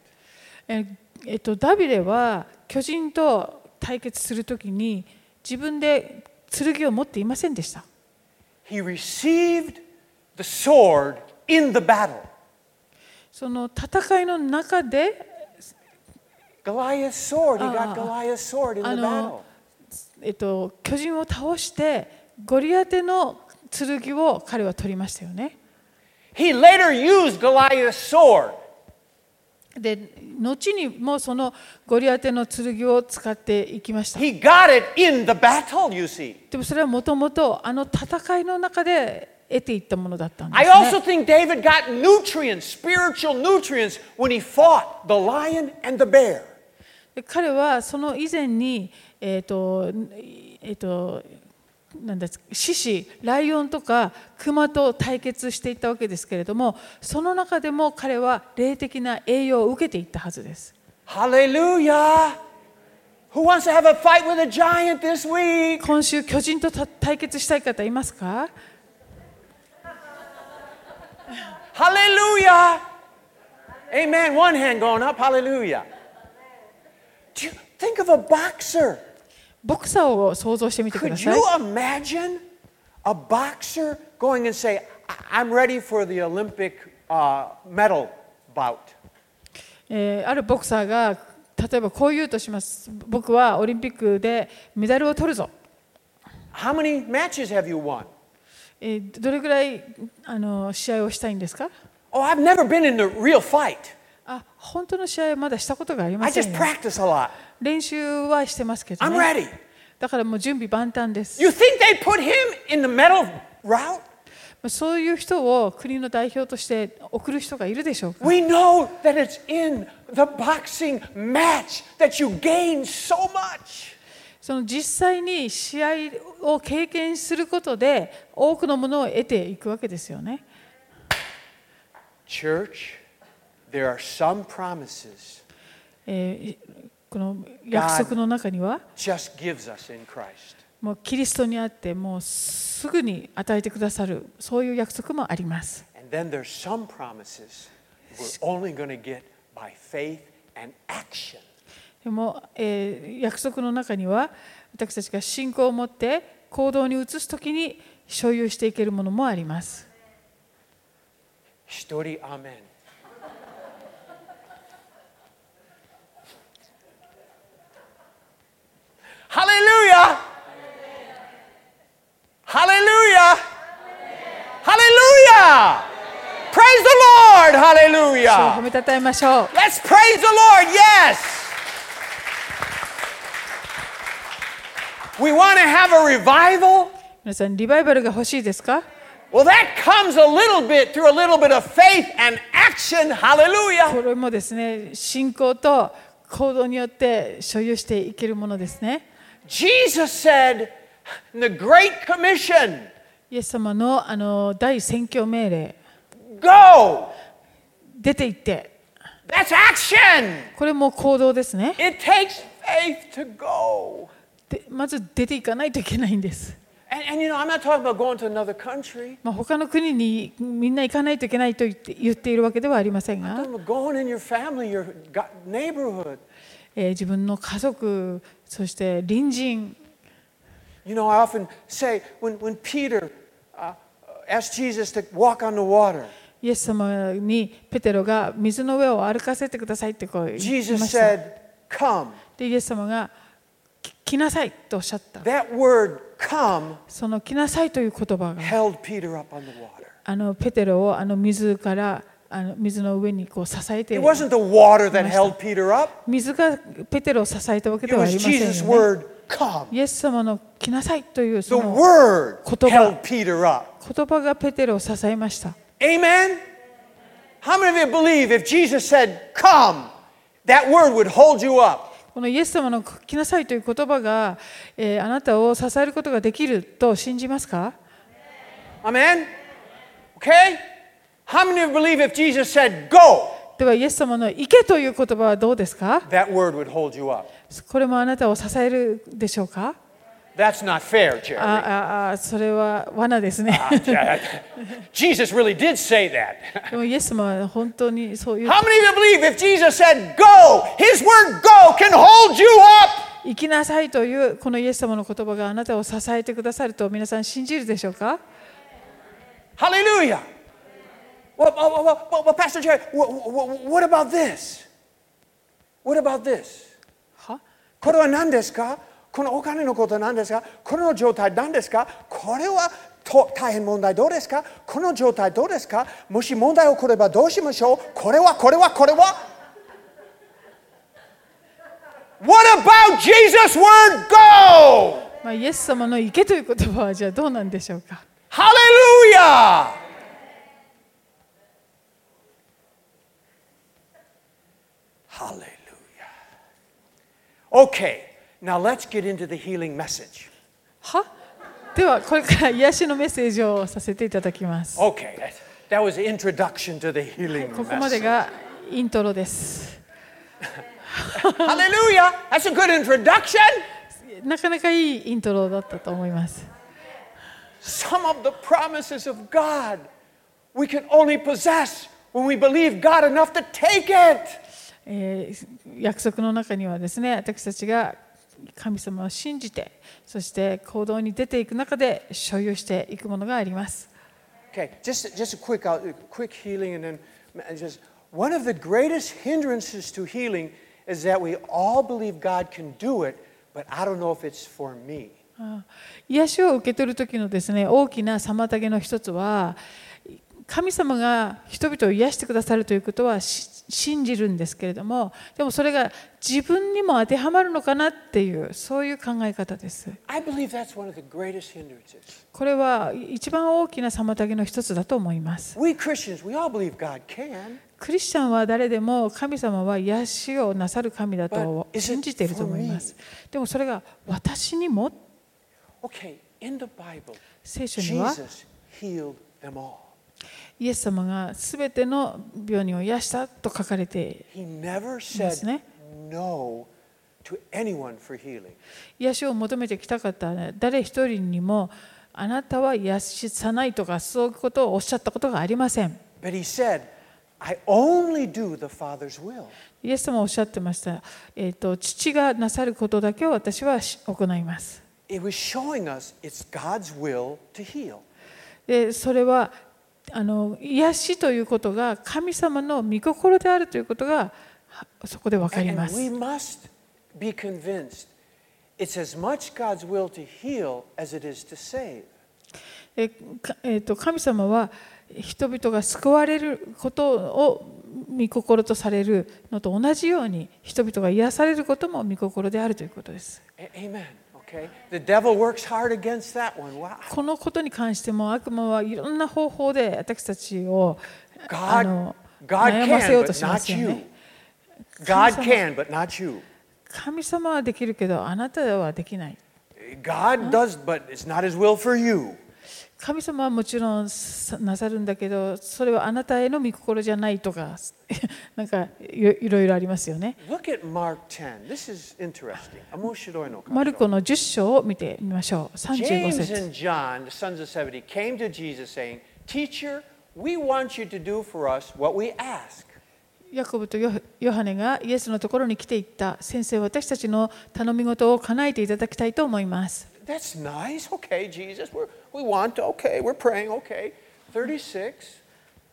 B: えーえっと、ダビデは巨人と対決する時に自分で剣を持っていませんでした。
A: He received the sword in the battle.
B: その戦いの中で
A: Goliath's sword. He got
B: Ah.
A: Goliath's sword in the
B: あ
A: battle.
B: の、えっと、巨人を倒してゴリアテの剣を彼は取りましたよね。
A: He later used Goliath's sword.
B: で後にもうそのゴリアテの剣を使っていきました。
A: He got it in the battle, you see.
B: でもそれはもともとあの戦いの中で得ていったものだったんです、
A: I
B: ね。
A: also think David got nutrients, spiritual nutrients, when he fought the lion and the bear.
B: で彼はその以前に、えーとえー、となんだ獅子、ライオンとか熊と対決していったわけですけれども、その中でも彼は霊的な栄養を受けていったはずです。
A: Hallelujah! Who wants to have a fight with a giant this week?
B: 今週、巨人とた対決したい方いますか
A: Hallelujah! Amen. One hand going up. Hallelujah. Do you think of a boxer?
B: ボクサーを想像してみてくだ
A: Could
B: さい
A: you。imagine a boxer going and say, "I- "I'm ready for the Olympic uh, medal bout"?
B: えーあるボクサーが例えばこう言うとします僕はオリンピックでメダルを取るぞ、
A: How many matches have you won?
B: えーどれぐらいあの試合をしたいんですか
A: Oh, I've never been in a real fight.
B: あ本当の試合はまだしたことがありま
A: I
B: せ
A: just
B: んよ
A: practice a lot.
B: 練習はしてますけど、
A: I'm
B: ね、
A: ready.
B: だからもう準備万端ですま
A: You think they put him in the medal route?
B: あそういう人を国の代表として送る人がいるでしょうか
A: We know that it's in the boxing match that you gain so much.
B: その実際に試合を経験することで多くのものを得ていくわけですよね
A: Church, there are some promises
B: えーこの約束の中には
A: just gives us in Christ.
B: もうキリストにあってもうすぐに与えてくださるそういう約束もあります
A: And then there's some promises we're only going to get by faith and action.
B: でも、えー約束の中には私たちが信仰を持って行動に移すときに所有していけるものもあります
A: Hitori amen. Hallelujah! Hallelujah! Hallelujah! Praise the Lord!
B: 主を
A: Hallelujah!
B: 褒めたたえましょう
A: Let's praise the Lord, yes. We want to have a revival.
B: 皆さんリバイバルが欲しいですか
A: Well, that comes a little bit through a little bit of faith and action. Hallelujah.
B: これもですね信仰と行動によって所有していけるものですね
A: Jesus said in the Great Commission
B: イエス様のあの第宣教命令
A: go.
B: 出て行って
A: That's action.
B: これも行動ですね
A: It takes faith to go.
B: でまず出ていかないといけないんです、
A: And, and you know, I'm not talking about going to another country.
B: まあ、他の国にみんな行かないといけないと言って言っているわけではありませんが、
A: I'm talking about going in your family, your go- neighborhood.
B: えー自分の家族そして隣人
A: You know, I often say when, when Peter uh, asked Jesus to walk on the water,
B: イエス様にペテロが水の上を歩かせてくださいってこう言いま
A: Jesus
B: した
A: said, Come.
B: でイエス様がき来なさいとおっしゃった
A: That word, come,
B: その来なさいという言葉が
A: held Peter up on the water.
B: あのペテロをあの水からあの水の上にこう支えてい
A: It
B: る
A: wasn't the water that held Peter up,
B: 水がペテロを支えたわけで
A: it
B: はあり
A: was
B: ませんよ、
A: Jesus'
B: ね、
A: word, come.
B: イエス様の来なさいという
A: The
B: その
A: word
B: 言葉。
A: held Peter up.
B: 言葉がペテロを支えました
A: Amen? How many of you believe if Jesus said, Come, that word would hold you up?
B: このイエス様の来なさいという言葉が、えーあなたを支えることができると信じますか
A: Amen? Okay? How many of you believe if Jesus said, Go,
B: ではイエス様の行けという言葉はどうですか
A: that word would hold you up?
B: これもあなたを支えるでしょうか
A: That's not fair,
B: あ
A: Jerry.
B: ああそれは罠ですね
A: Jesus really did say that.
B: でもイエス様は本当にそういう
A: How many of you believe if Jesus said go, his word go can hold you up?
B: 生きなさいというこのイエス様の言葉があなたを支えてくださると皆さん信じるでしょうか
A: Hallelujah. Well, well, well, well, well, well, Pastor Jerry, what, what about this? What about this?
B: は
A: これは何ですかこのお金のことは何ですかこの状態何ですかこれはと大変問題どうですかこの状態どうですかもし問題起こればどうしましょうこれはこれはこれは What about Jesus' word go?
B: まあ、イエス様の行けという言葉はじゃあどうなんでしょうか
A: Hallelujah! Hallelujah. Okay, now let's get into the healing message.
B: はではこれから癒しのメッセージをさせていただきます
A: Okay, that, that was the introduction to the healing
B: ここまで
A: message.
B: がイントロです
A: Hallelujah! That's a good introduction.
B: なかなかいいイントロだったと思います
A: Some of the promises of God we can only possess when we believe God enough to take it.
B: えー約束の中にはですね私たちが神様を信じてそして行動に出ていく中で所有していくものがあります
A: Okay, just, just a quick, out- quick healing and then and just one of the greatest hindrances to healing is that we all believe God can do it, but I don't know if it's for me.
B: あ癒しを受け取る時のですね大きな妨げの一つは神様が人々を癒してくださるということはし信じるんですけれどもでもそれが自分にも当てはまるのかなっていうそういう考え方です
A: I believe that's one of the greatest hindrances.
B: これは一番大きな妨げの一つだと思います
A: We Christians, we all believe God can,
B: クリスチャンは誰でも神様は癒しをなさる神だ
A: But
B: と
A: is it
B: 信じていると思います
A: for
B: でもそれが私にも
A: okay, in the Bible,
B: 聖書には
A: Jesus healed them all.
B: イエス様がすべての病人を癒したと書かれて
A: He never
B: ますね
A: said。no to anyone for healing.
B: 癒しを求めてきた方は誰一人にもあなたは癒しさないとかそういうことをおっしゃったことがありません。
A: But he said, I only do the Father's will.
B: イエス様おっしゃってました、えーと。父がなさることだけを私はし行います。
A: It was showing us it's God's will to heal.
B: でそれはあの癒しということが神様の御心であるということがはそこで分か
A: And-
B: りま
A: and we
B: す。
A: must be convinced it's as much God's will to heal as it is to save.
B: えかえーと神様は人々が救われることを御心とされるのと同じように人々が癒されることも御心であるということです。
A: A- amen. Okay? The devil works hard against that one. Wow.
B: このことに関しても悪魔はいろんな方法で私たちを
A: God,
B: あの
A: God
B: 悩ませ
A: can,
B: ようと
A: but
B: しま
A: not
B: すよ
A: you.
B: ね。
A: God
B: 神様-
A: can, but not you.
B: 神様はできるけどあなたはできない。
A: God does, but it's not his will for you.
B: 神様はもちろんさなさるんだけどそれはあなたへの御心じゃないとか なんかいろいろいろありますよね。
A: Look at Mark 10. This is interesting.
B: マルコ
A: 面白いのか。
B: の10章を見てみましょう。35
A: James
B: 節
A: and John, the sons of Zebedee, came to Jesus saying, Teacher, we want you to do for us what we ask.
B: ヤコブとヨヨハネがイエスのところに来ていった先生私たちの頼み事を叶えていただきたいと思います。
A: That's nice. Okay, Jesus. We're, we want, okay. We're praying, okay. 36.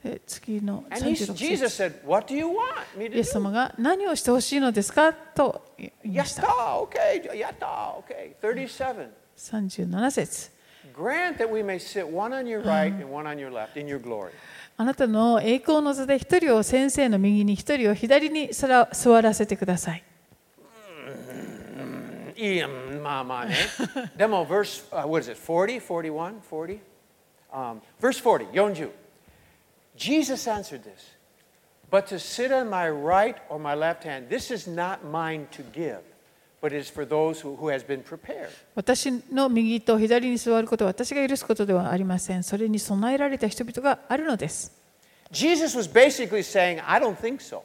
B: え次の
A: And he,
B: 36
A: Jesus
B: 節
A: said, What do you want me
B: イエ
A: to
B: ス
A: do?
B: 様が何をしてほしいのですかと言いました。
A: Yatta, okay. Yatta, okay. 37.
B: 37節
A: Grant that we may sit one on your right and one on your left in your glory.
B: あなたの栄光の座で一人を先生の右に一人を左にそら座らせてください。
A: いいまあまあね。でも verse, uh, what is it, 40, 41, 40? Um, verse 40, 40. Jesus answered this, but to sit on my right or my left hand, this is not mine to give, but is for those who, who has been prepared.
B: 私の右と左に座ることは私が許すことではありません。それに備えられた人々があるのです。
A: Jesus was basically saying, I don't think so.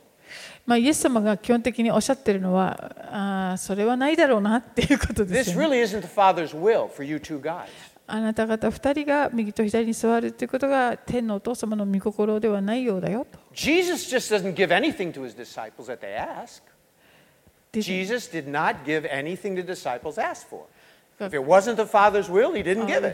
B: まあ、イエス様が基本的におっしゃってるのは、あーそれはないだろうなっていうことです
A: This
B: よね、
A: really isn't the Father's will for you two guys.
B: あなた方二人が右と左に座るということが天のお父様の御心ではないようだよと。
A: Jesus just doesn't give anything to his disciples that they ask.
B: で
A: Jesus did not give anything the disciples asked for. If it wasn't the Father's will, he didn't give it.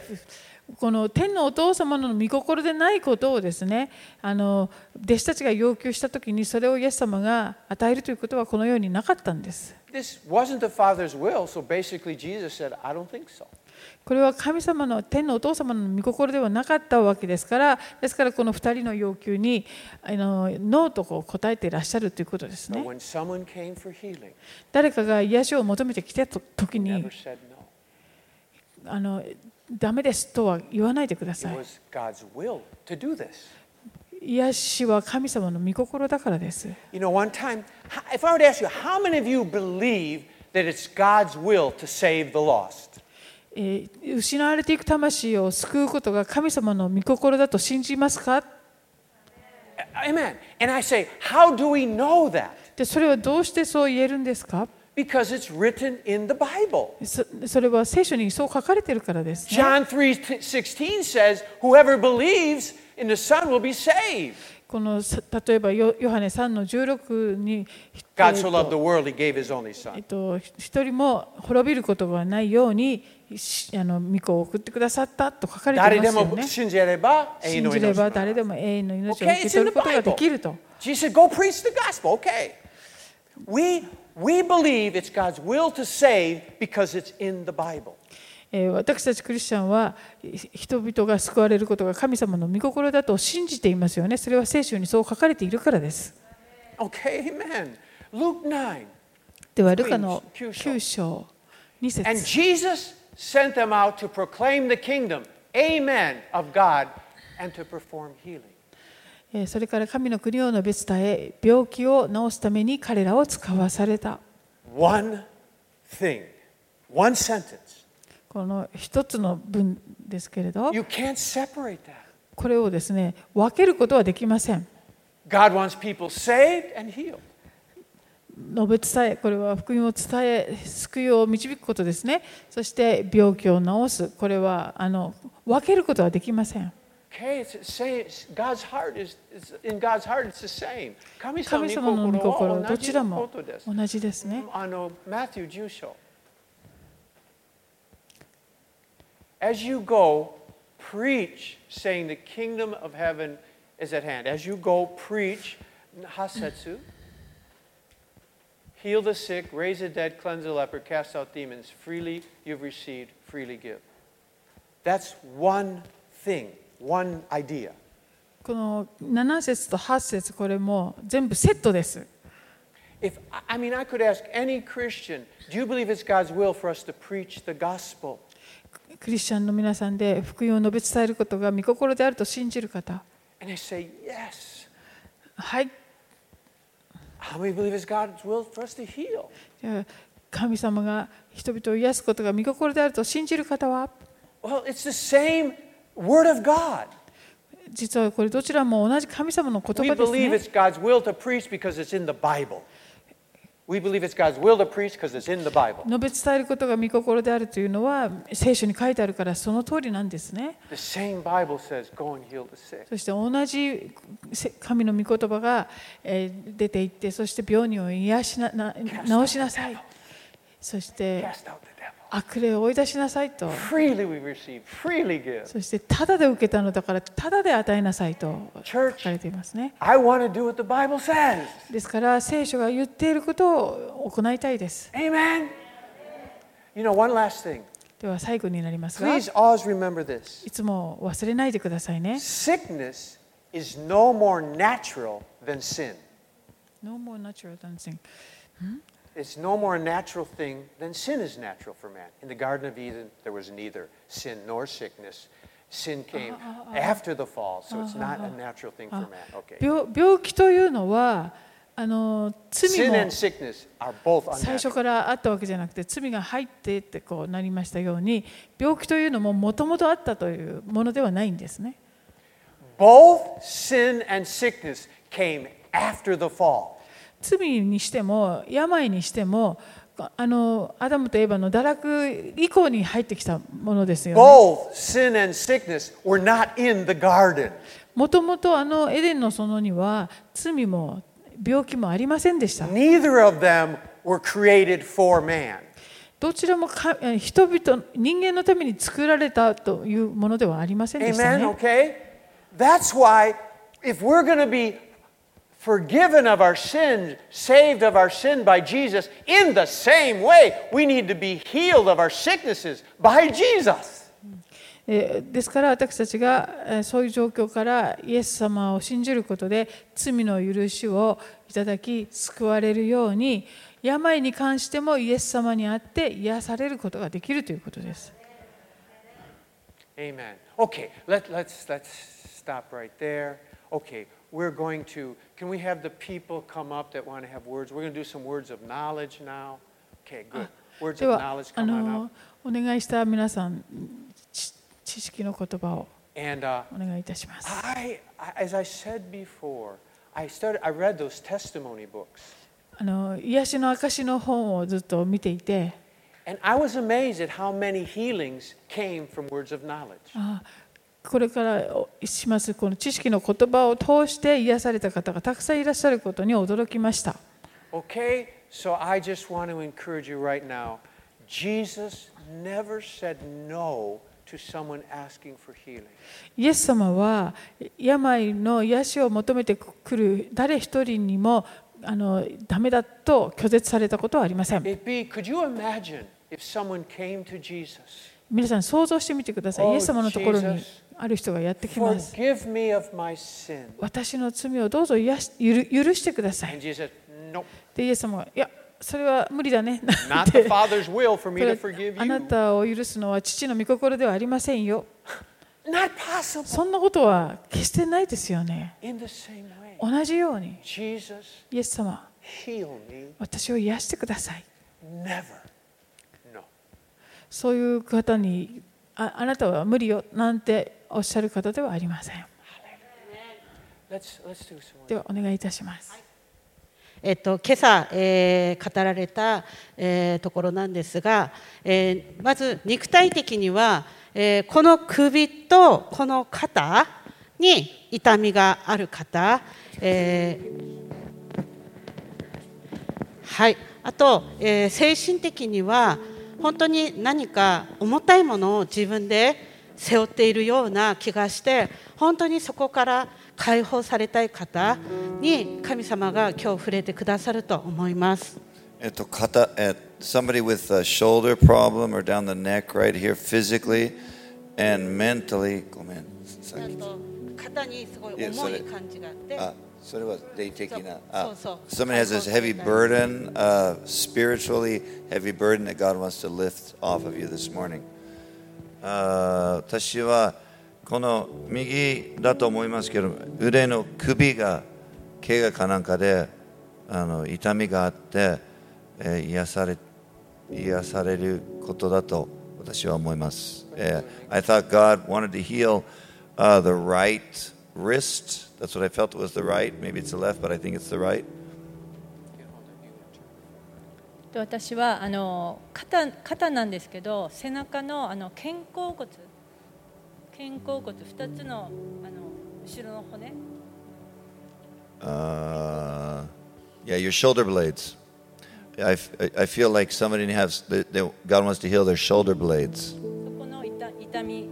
B: この天のお父様の御心でないことをですねあの弟子たちが要求した時にそれをイエス様が与えるということはこのようになかったんです
A: This wasn't the Father's will, so basically Jesus said, I don't think so.
B: これは神様の天のお父様の御心ではなかったわけですからですからこの2人の要求にあのノーとこう答えていらっしゃるということです
A: But
B: ね
A: when someone came for healing,
B: 誰かが癒しを求めてきたと時
A: he never
B: に
A: said no.
B: あのダメですとは言わないでくださ
A: It
B: い
A: was God's will to do this.
B: 癒しは神様の御心だからです
A: You know, one time, h- if I were to ask you, how many of you believe that it's God's will to save the lost?
B: えー失われていく魂を救うことが神様の御心だと信じますか
A: A- Amen. And I say, how do we know that?
B: でそれはどうしてそう言えるんですか
A: Because it's written in the Bible.
B: そそれは聖書にそう書かれてるからです、ね。
A: John 3:16 says, "Whoever believes in the Son will be saved."
B: このさ例えばヨヨハネ3の16に、え
A: God so loved
B: ー
A: the
B: と
A: world he gave his only
B: え
A: son.
B: ーとひ一人も滅びることがないようにしあの御子を送ってくださったと書かれてますよね。
A: e
B: 信じれば誰で
A: 誰でも信じれば永遠の命を。
B: も永遠の命を
A: Okay, it's in the
B: 受け取ることがで
A: Bible.
B: きると。
A: Jesus said, "Go preach the gospel." Okay. We we believe it's God's will to save because it's in the Bible.
B: えー私たちクリスチャンはひ人々が救われることが神様の御心だと信じていますよね。それは聖書にそう書かれているからです。
A: Okay, amen. Luke 9.
B: では、ルカの
A: 九章
B: 9章2
A: And
B: 節
A: Jesus sent them out to proclaim the kingdom, amen, of God, and to perform healing.
B: えーそれから神の国を述べ伝え、病気を治すために彼らを使わされた。
A: one thing, one sentence.
B: この一つの文ですけれど、Oh.
A: You can't separate that.
B: これをですね、分けることはできません。
A: God wants people saved and healed.
B: 述べ伝え、これは福音を伝え、救いを導くことですね。そして病気を治す、これはあの分けることはできません。
A: Okay, it's the same. It's- God's heart is, is in God's heart. It's the same. 神様
B: 神
A: の
B: 様の御
A: 御心は
B: 心、ど
A: 同じ
B: ちら
A: こ
B: も
A: とです。
B: 同じですね。
A: あの、Matthew 10章。As you go, preach, saying the kingdom of heaven is at hand. As you go, preach, hasetsu, heal the sick, raise the dead, cleanse the leper, cast out demons. Freely you've received, freely give. That's one thing, one idea.
B: この7節と8節これも全部セットです。
A: If I- I mean, I could ask any Christian, do you believe it's God's will for us to preach the gospel?
B: クリスチャンの皆さんで福音を述べ伝えることが御心であると信じる方、
A: And they say yes.
B: はい、
A: How many believe it's God's will for us to heal?
B: じゃあ神様が人々を癒すことが御心であると信じる方は、
A: Well, it's the same word of God.
B: 実はこれどちらも同じ神様の言
A: We
B: 葉です
A: believe
B: ね。
A: it's God's will to preach because it's in the Bible. We believe it's God's will to preach because it's in the Bible.
B: 述べ伝えることが御心であるというのは聖書に書いてあるからその通りなんですね。
A: The same Bible says, go and heal the sick.
B: そして同じせ神の御言葉がえー出ていって、そして病人を癒しなな治しなさい。そして、
A: Cast out the devil.
B: 悪霊を追い出しなさいと。
A: Freely we receive, freely give.
B: そして、ただで受けたのだから、ただで与えなさいと書
A: Church.
B: かれていますね。
A: I want to do what the Bible says.
B: ですから、聖書が言っていることを行いたいです。
A: Amen. You know, one last thing.
B: では、最後になりますが、い
A: Please always remember this
B: つも忘れないでくださいね。
A: sickness is no more natural than sin.
B: No more natural dancing.
A: It's no more a natural thing than sin is natural for man. In the Garden of Eden, there was neither sin nor sickness. Sin came after the fall, so it's not a natural thing for man. Okay.
B: 病病気というのは、あの罪
A: Sin
B: も
A: and sickness are both
B: 最初
A: unnatural.
B: からあったわけじゃなくて罪が入ってってこうなりましたように病気というのももともとあったというものではないんですね
A: Both sin and sickness came after the fall.
B: 罪にしても病にしてもあのアダムとエヴァの堕落以降に入ってきたものですよね
A: Both sin and sickness were not in the garden.
B: もともとあのエデンの園には罪も病気もありませんでした
A: Neither of them were created for man.
B: どちらもか人々人間のために作られたというものではありませんでしたね
A: Amen, okay? That's why if we're going to be forgiven of our sins, saved of our sin by Jesus, in the same way, we need to be healed of our sicknesses by Jesus.
B: えーですから私たちがえーそういう状況からイエス様を信じることで罪の許しをいただき救われるように病に関してもイエス様にあって癒されることができるということです。
A: Amen. Okay, let, let's, let's stop right there. Okay, we're going to, can we have the people come up that want to have words? We're going to do some words of knowledge now. Okay, good. Words
B: で
A: of
B: は
A: knowledge
B: あ
A: come on up.
B: のお願いした皆さんち知識の言葉を
A: And uh,
B: お願いいたします。
A: I, I- as I said before, I started. I read those testimony books,
B: あの癒しの証の本をずっと見ていて
A: and I was amazed at how many healings came from words of knowledge.
B: あこれからおしますこの知識の言葉を通して癒された方がたくさんいらっしゃることに驚きました
A: Okay, so I just want to encourage you right now. Jesus never said no to someone asking for healing.
B: イエス様は病の癒しを求めてくる誰一人にもあのダメだと拒絶されたことはありません
A: It be could you imagine if someone came to Jesus,
B: 皆さん想像してみてください
A: Oh,
B: イエス様のところに
A: Jesus.
B: ある人がやってきます
A: forgive me of my sin,
B: 私の罪をどうぞ癒しゆる許してください
A: and Jesus said, "Nope,
B: でイエス様がいやそれは無理だねな
A: not
B: ん
A: the
B: て
A: Father's will for
B: こ
A: me
B: れ
A: to forgive
B: あな
A: you.
B: たを許すのは父の御心ではありませんよ
A: Not possible."
B: そんなことは決してないですよね。
A: In the same way,
B: 同じように、
A: Jesus,
B: イエス様、
A: heal me,
B: 私を癒してください。
A: never. No.
B: そういう方に、ああなたは無理よなんておっしゃる方ではありません。
A: Let's, let's do some more.
B: ではお願いいたします。
C: えっと、今朝、えー語られた、えーところなんですが、えーまず肉体的には、えーこの首とこの肩に痛みがある方、えーはい、あと、えー精神的には本当に何か重たいものを自分で背負っているような気がして本当にそこから解放されたい方に神様が今日触れてくださると思います。
D: えっと肩えっと eh, somebody with a shoulder problem or down the neck right here physically and mentally ごめんさっき
C: 肩にすごい
D: いやそ
C: 重
D: れ
C: い感じがあって
D: あそれは霊的なあ
C: そうそう
D: Ah, somebody has this heavy burden、uh, spiritually heavy burden that God wants to lift off of you this morning あー私はこの右だと思いますけど腕の首が怪我かなんかであの痛みがあって、えー癒され癒されることだと私は思います。えー I thought God wanted to heal、uh, the right wrist. That's what I felt was the right. Maybe it's the left, but I think it's the right.
E: で私はあの肩肩なんですけど背中のあの肩甲骨肩甲骨二つのあの後ろの骨
D: Uh, yeah, your shoulder blades. I, f- I feel like somebody has, they, they, God wants to heal their shoulder blades.
E: そこの痛痛み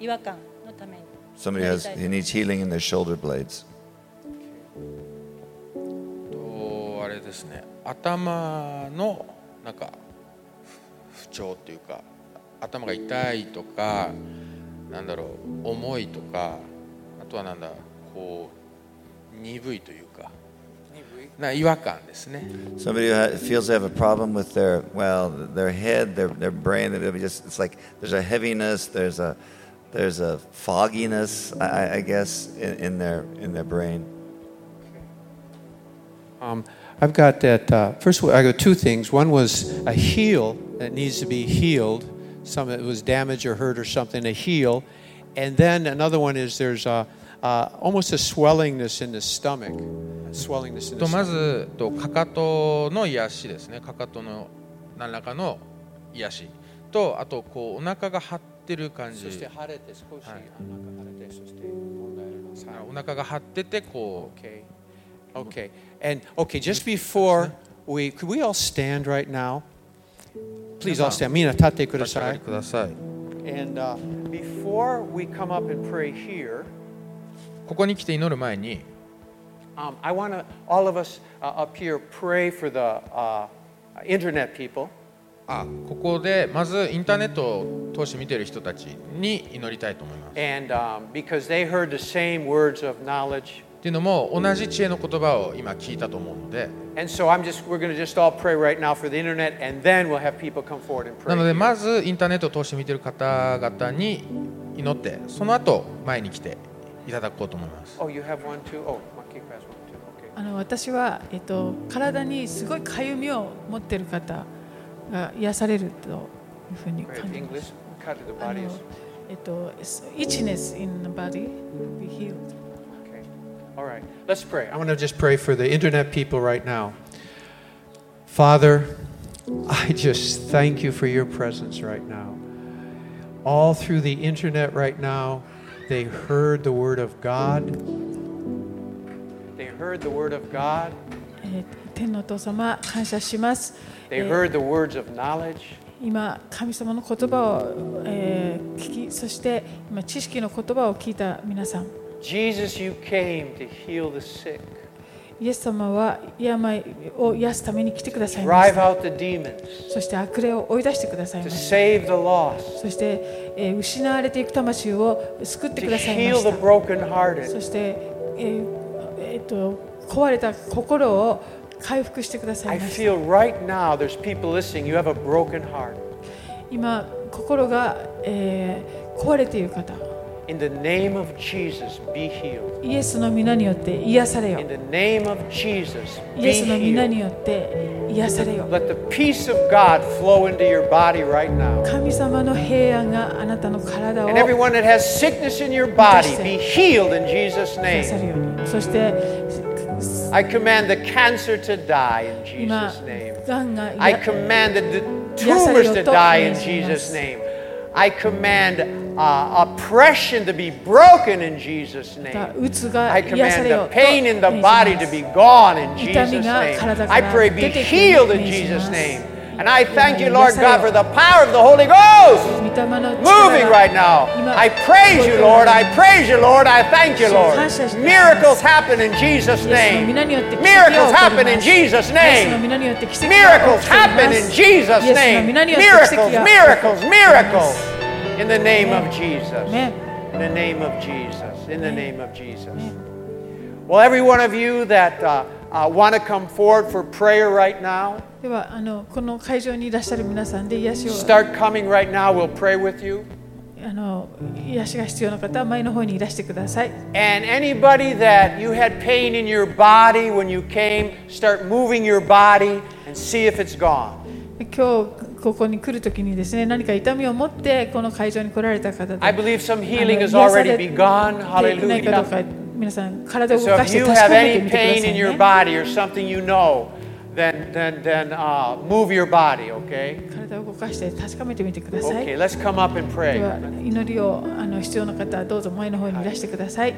E: 違和感のために
D: Somebody has, he needs healing in their shoulder blades.
F: とあれですね頭のなんか不不調っていうか頭が痛いとかなんだろう重いとかあとはなんだこう鈍いというかな違和感ですね
D: Somebody who ha- feels they have a problem with their well, their head, their their brain. It'll be just it's like there's a heaviness, there's a there's a fogginess, I, I- I guess, in, in their in their brain.
G: Um, I've got that. Uh, first, I got two things. One was a heel that needs to be healed. Some it was damaged or hurt or something. A heel, and then another one is there's uh uh, almost a swellingness in the stomach. Swellingness in
F: と
G: the
F: ま
G: stomach.
F: ずとかかとの癒しですねかかとの何らかの癒しとあとこうお腹が張ってる感じ
G: Ah,
F: あお腹が張っててこ
G: Okay. Okay. And okay, just before we could we all stand right now? Please all stand. Mina tate
F: うお立ち上がり
G: kudasai.
F: ください
G: And uh,
A: Before we come up and pray here,
F: ここに来て祈る前に
A: um, I want to, all of us uh, up here, pray for the uh, internet people.
F: あここでまずインターネットを通して見てる人たちに祈りたいと思います。
A: And um, because they heard the same words of knowledge.
F: っていうのも同じ知恵の言葉を今聞いたと思うので
A: And so I'm just, we're going to just all pray right now for the internet, and then we'll have people come forward and
F: な
A: pray.
F: ので
A: here.
F: まずインターネットを通して見てる方々に祈ってその後前に来ていただこうと思います
A: Oh, you have one too? Oh, Monkey has one too. Okay.
B: あの私は、えっと、体にすごいかゆみを持っている方が癒されるというふうに
A: Great.
B: 感じます
A: English, cut to the
B: あ
A: body.
B: の
A: Is,
B: えっと、itchiness in the body will be healed.
A: okay. All right. Let's pray.
G: I want to just pray for the internet people right now. Father, I just thank you for your presence right now. All through the internet right now, they heard the word of God.
A: They heard the word of God.
B: えー天のお父様、感謝します。
A: They
B: えー
A: heard the words of knowledge.
B: 今、神様の言葉を、えー聞き、そして今、知識の言葉を聞いた皆さん、
A: Jesus, you came to heal the sick,
B: イエス様は病を癒すために来てくださいまし
A: drive
B: た。
A: out the demons,
B: そして悪霊を追い出してくださいま
A: to
B: した。
A: save the lost,
B: そして、えー失われていく魂を救ってく
A: to
B: ださいま
A: heal
B: し
A: the
B: た。そ
A: brokenhearted,
B: して、えーえーっと壊れた心を回復してくださ
A: I
B: いました。
A: feel right now there's people listening. You have a broken heart.
B: 今、心が、えー壊れている方、
A: In the name of Jesus, be healed.
B: イエスの皆によって癒されよ
A: In the name of Jesus,
B: イエ
A: be
B: スの皆
A: healed.
B: によって癒されよ
A: Let the peace of God flow into your body right now.
B: 神様の平安があなたの体を
A: And
B: 癒
A: everyone that has sickness in your body, be healed in Jesus'
B: さ
A: name.
B: れるようにそして
A: I command the cancer to die in
B: 今
A: Jesus' name.
B: がんが
A: I
B: 癒
A: command the the tumors to die in Jesus' name. I command uh, oppression to be broken in Jesus'
B: た
A: name.
B: うつが
A: I
B: 癒さ
A: command
B: れよ
A: the
B: と
A: pain in the body
B: 命じ
A: to
B: ます
A: be gone in Jesus'
B: 痛みが
A: name.
B: 体から
A: I pray be
B: 出てくるように
A: healed in
B: 命じます。
A: Jesus' name. And I thank you,
B: 癒され
A: Lord God,
B: よ。
A: for the power of the Holy Ghost
B: 御霊の力が
A: moving right now.
B: 今
A: I praise you, Lord. I praise you, Lord. I thank you, Lord.
B: 感謝してます。
A: Miracles happen in Jesus'
B: イエスの
A: name.
B: 皆によって奇跡が起こ
A: Miracles happen
B: ります
A: in Jesus'
B: イエス
A: name.
B: の皆によって奇跡
A: Miracles
B: が
A: happen
B: 起こります
A: in Jesus'
B: イエスの
A: name.
B: 皆によって奇跡
A: Miracles, miracles,
B: が起こりま
A: miracles.
B: す
A: In the name of Jesus.
B: Amen.
A: In the name of Jesus. In the name of Jesus. Well, every one of you that uh, uh, want to come forward for prayer right now,
B: ではあのこの会場にいらっしゃる皆さんで癒しを
A: start coming right now. We'll pray with you.
B: あの癒しが必要な方は前の方にいらしてください
A: And anybody that you had pain in your body when you came, start moving your body and see if it's gone.
B: 今日ここに来るときにですね何か痛みを持ってこの会場に来られた方で
A: I believe some
B: あの
A: healing has
B: 癒され
A: already
B: てい
A: begun.
B: ない
A: Hallelujah.
B: かどうか皆さん体を動
A: So
B: か
A: if
B: して
A: you
B: 確か
A: have any
B: めてみてくださ
A: pain
B: い
A: in your
B: ね
A: body or something you know, then then then uh, move your body, okay?
B: 体を動かして確かめてみてください
A: Okay, let's come up and
B: で
A: pray.
B: は祈りをあの必要な方はどうぞ前の方にいらしてください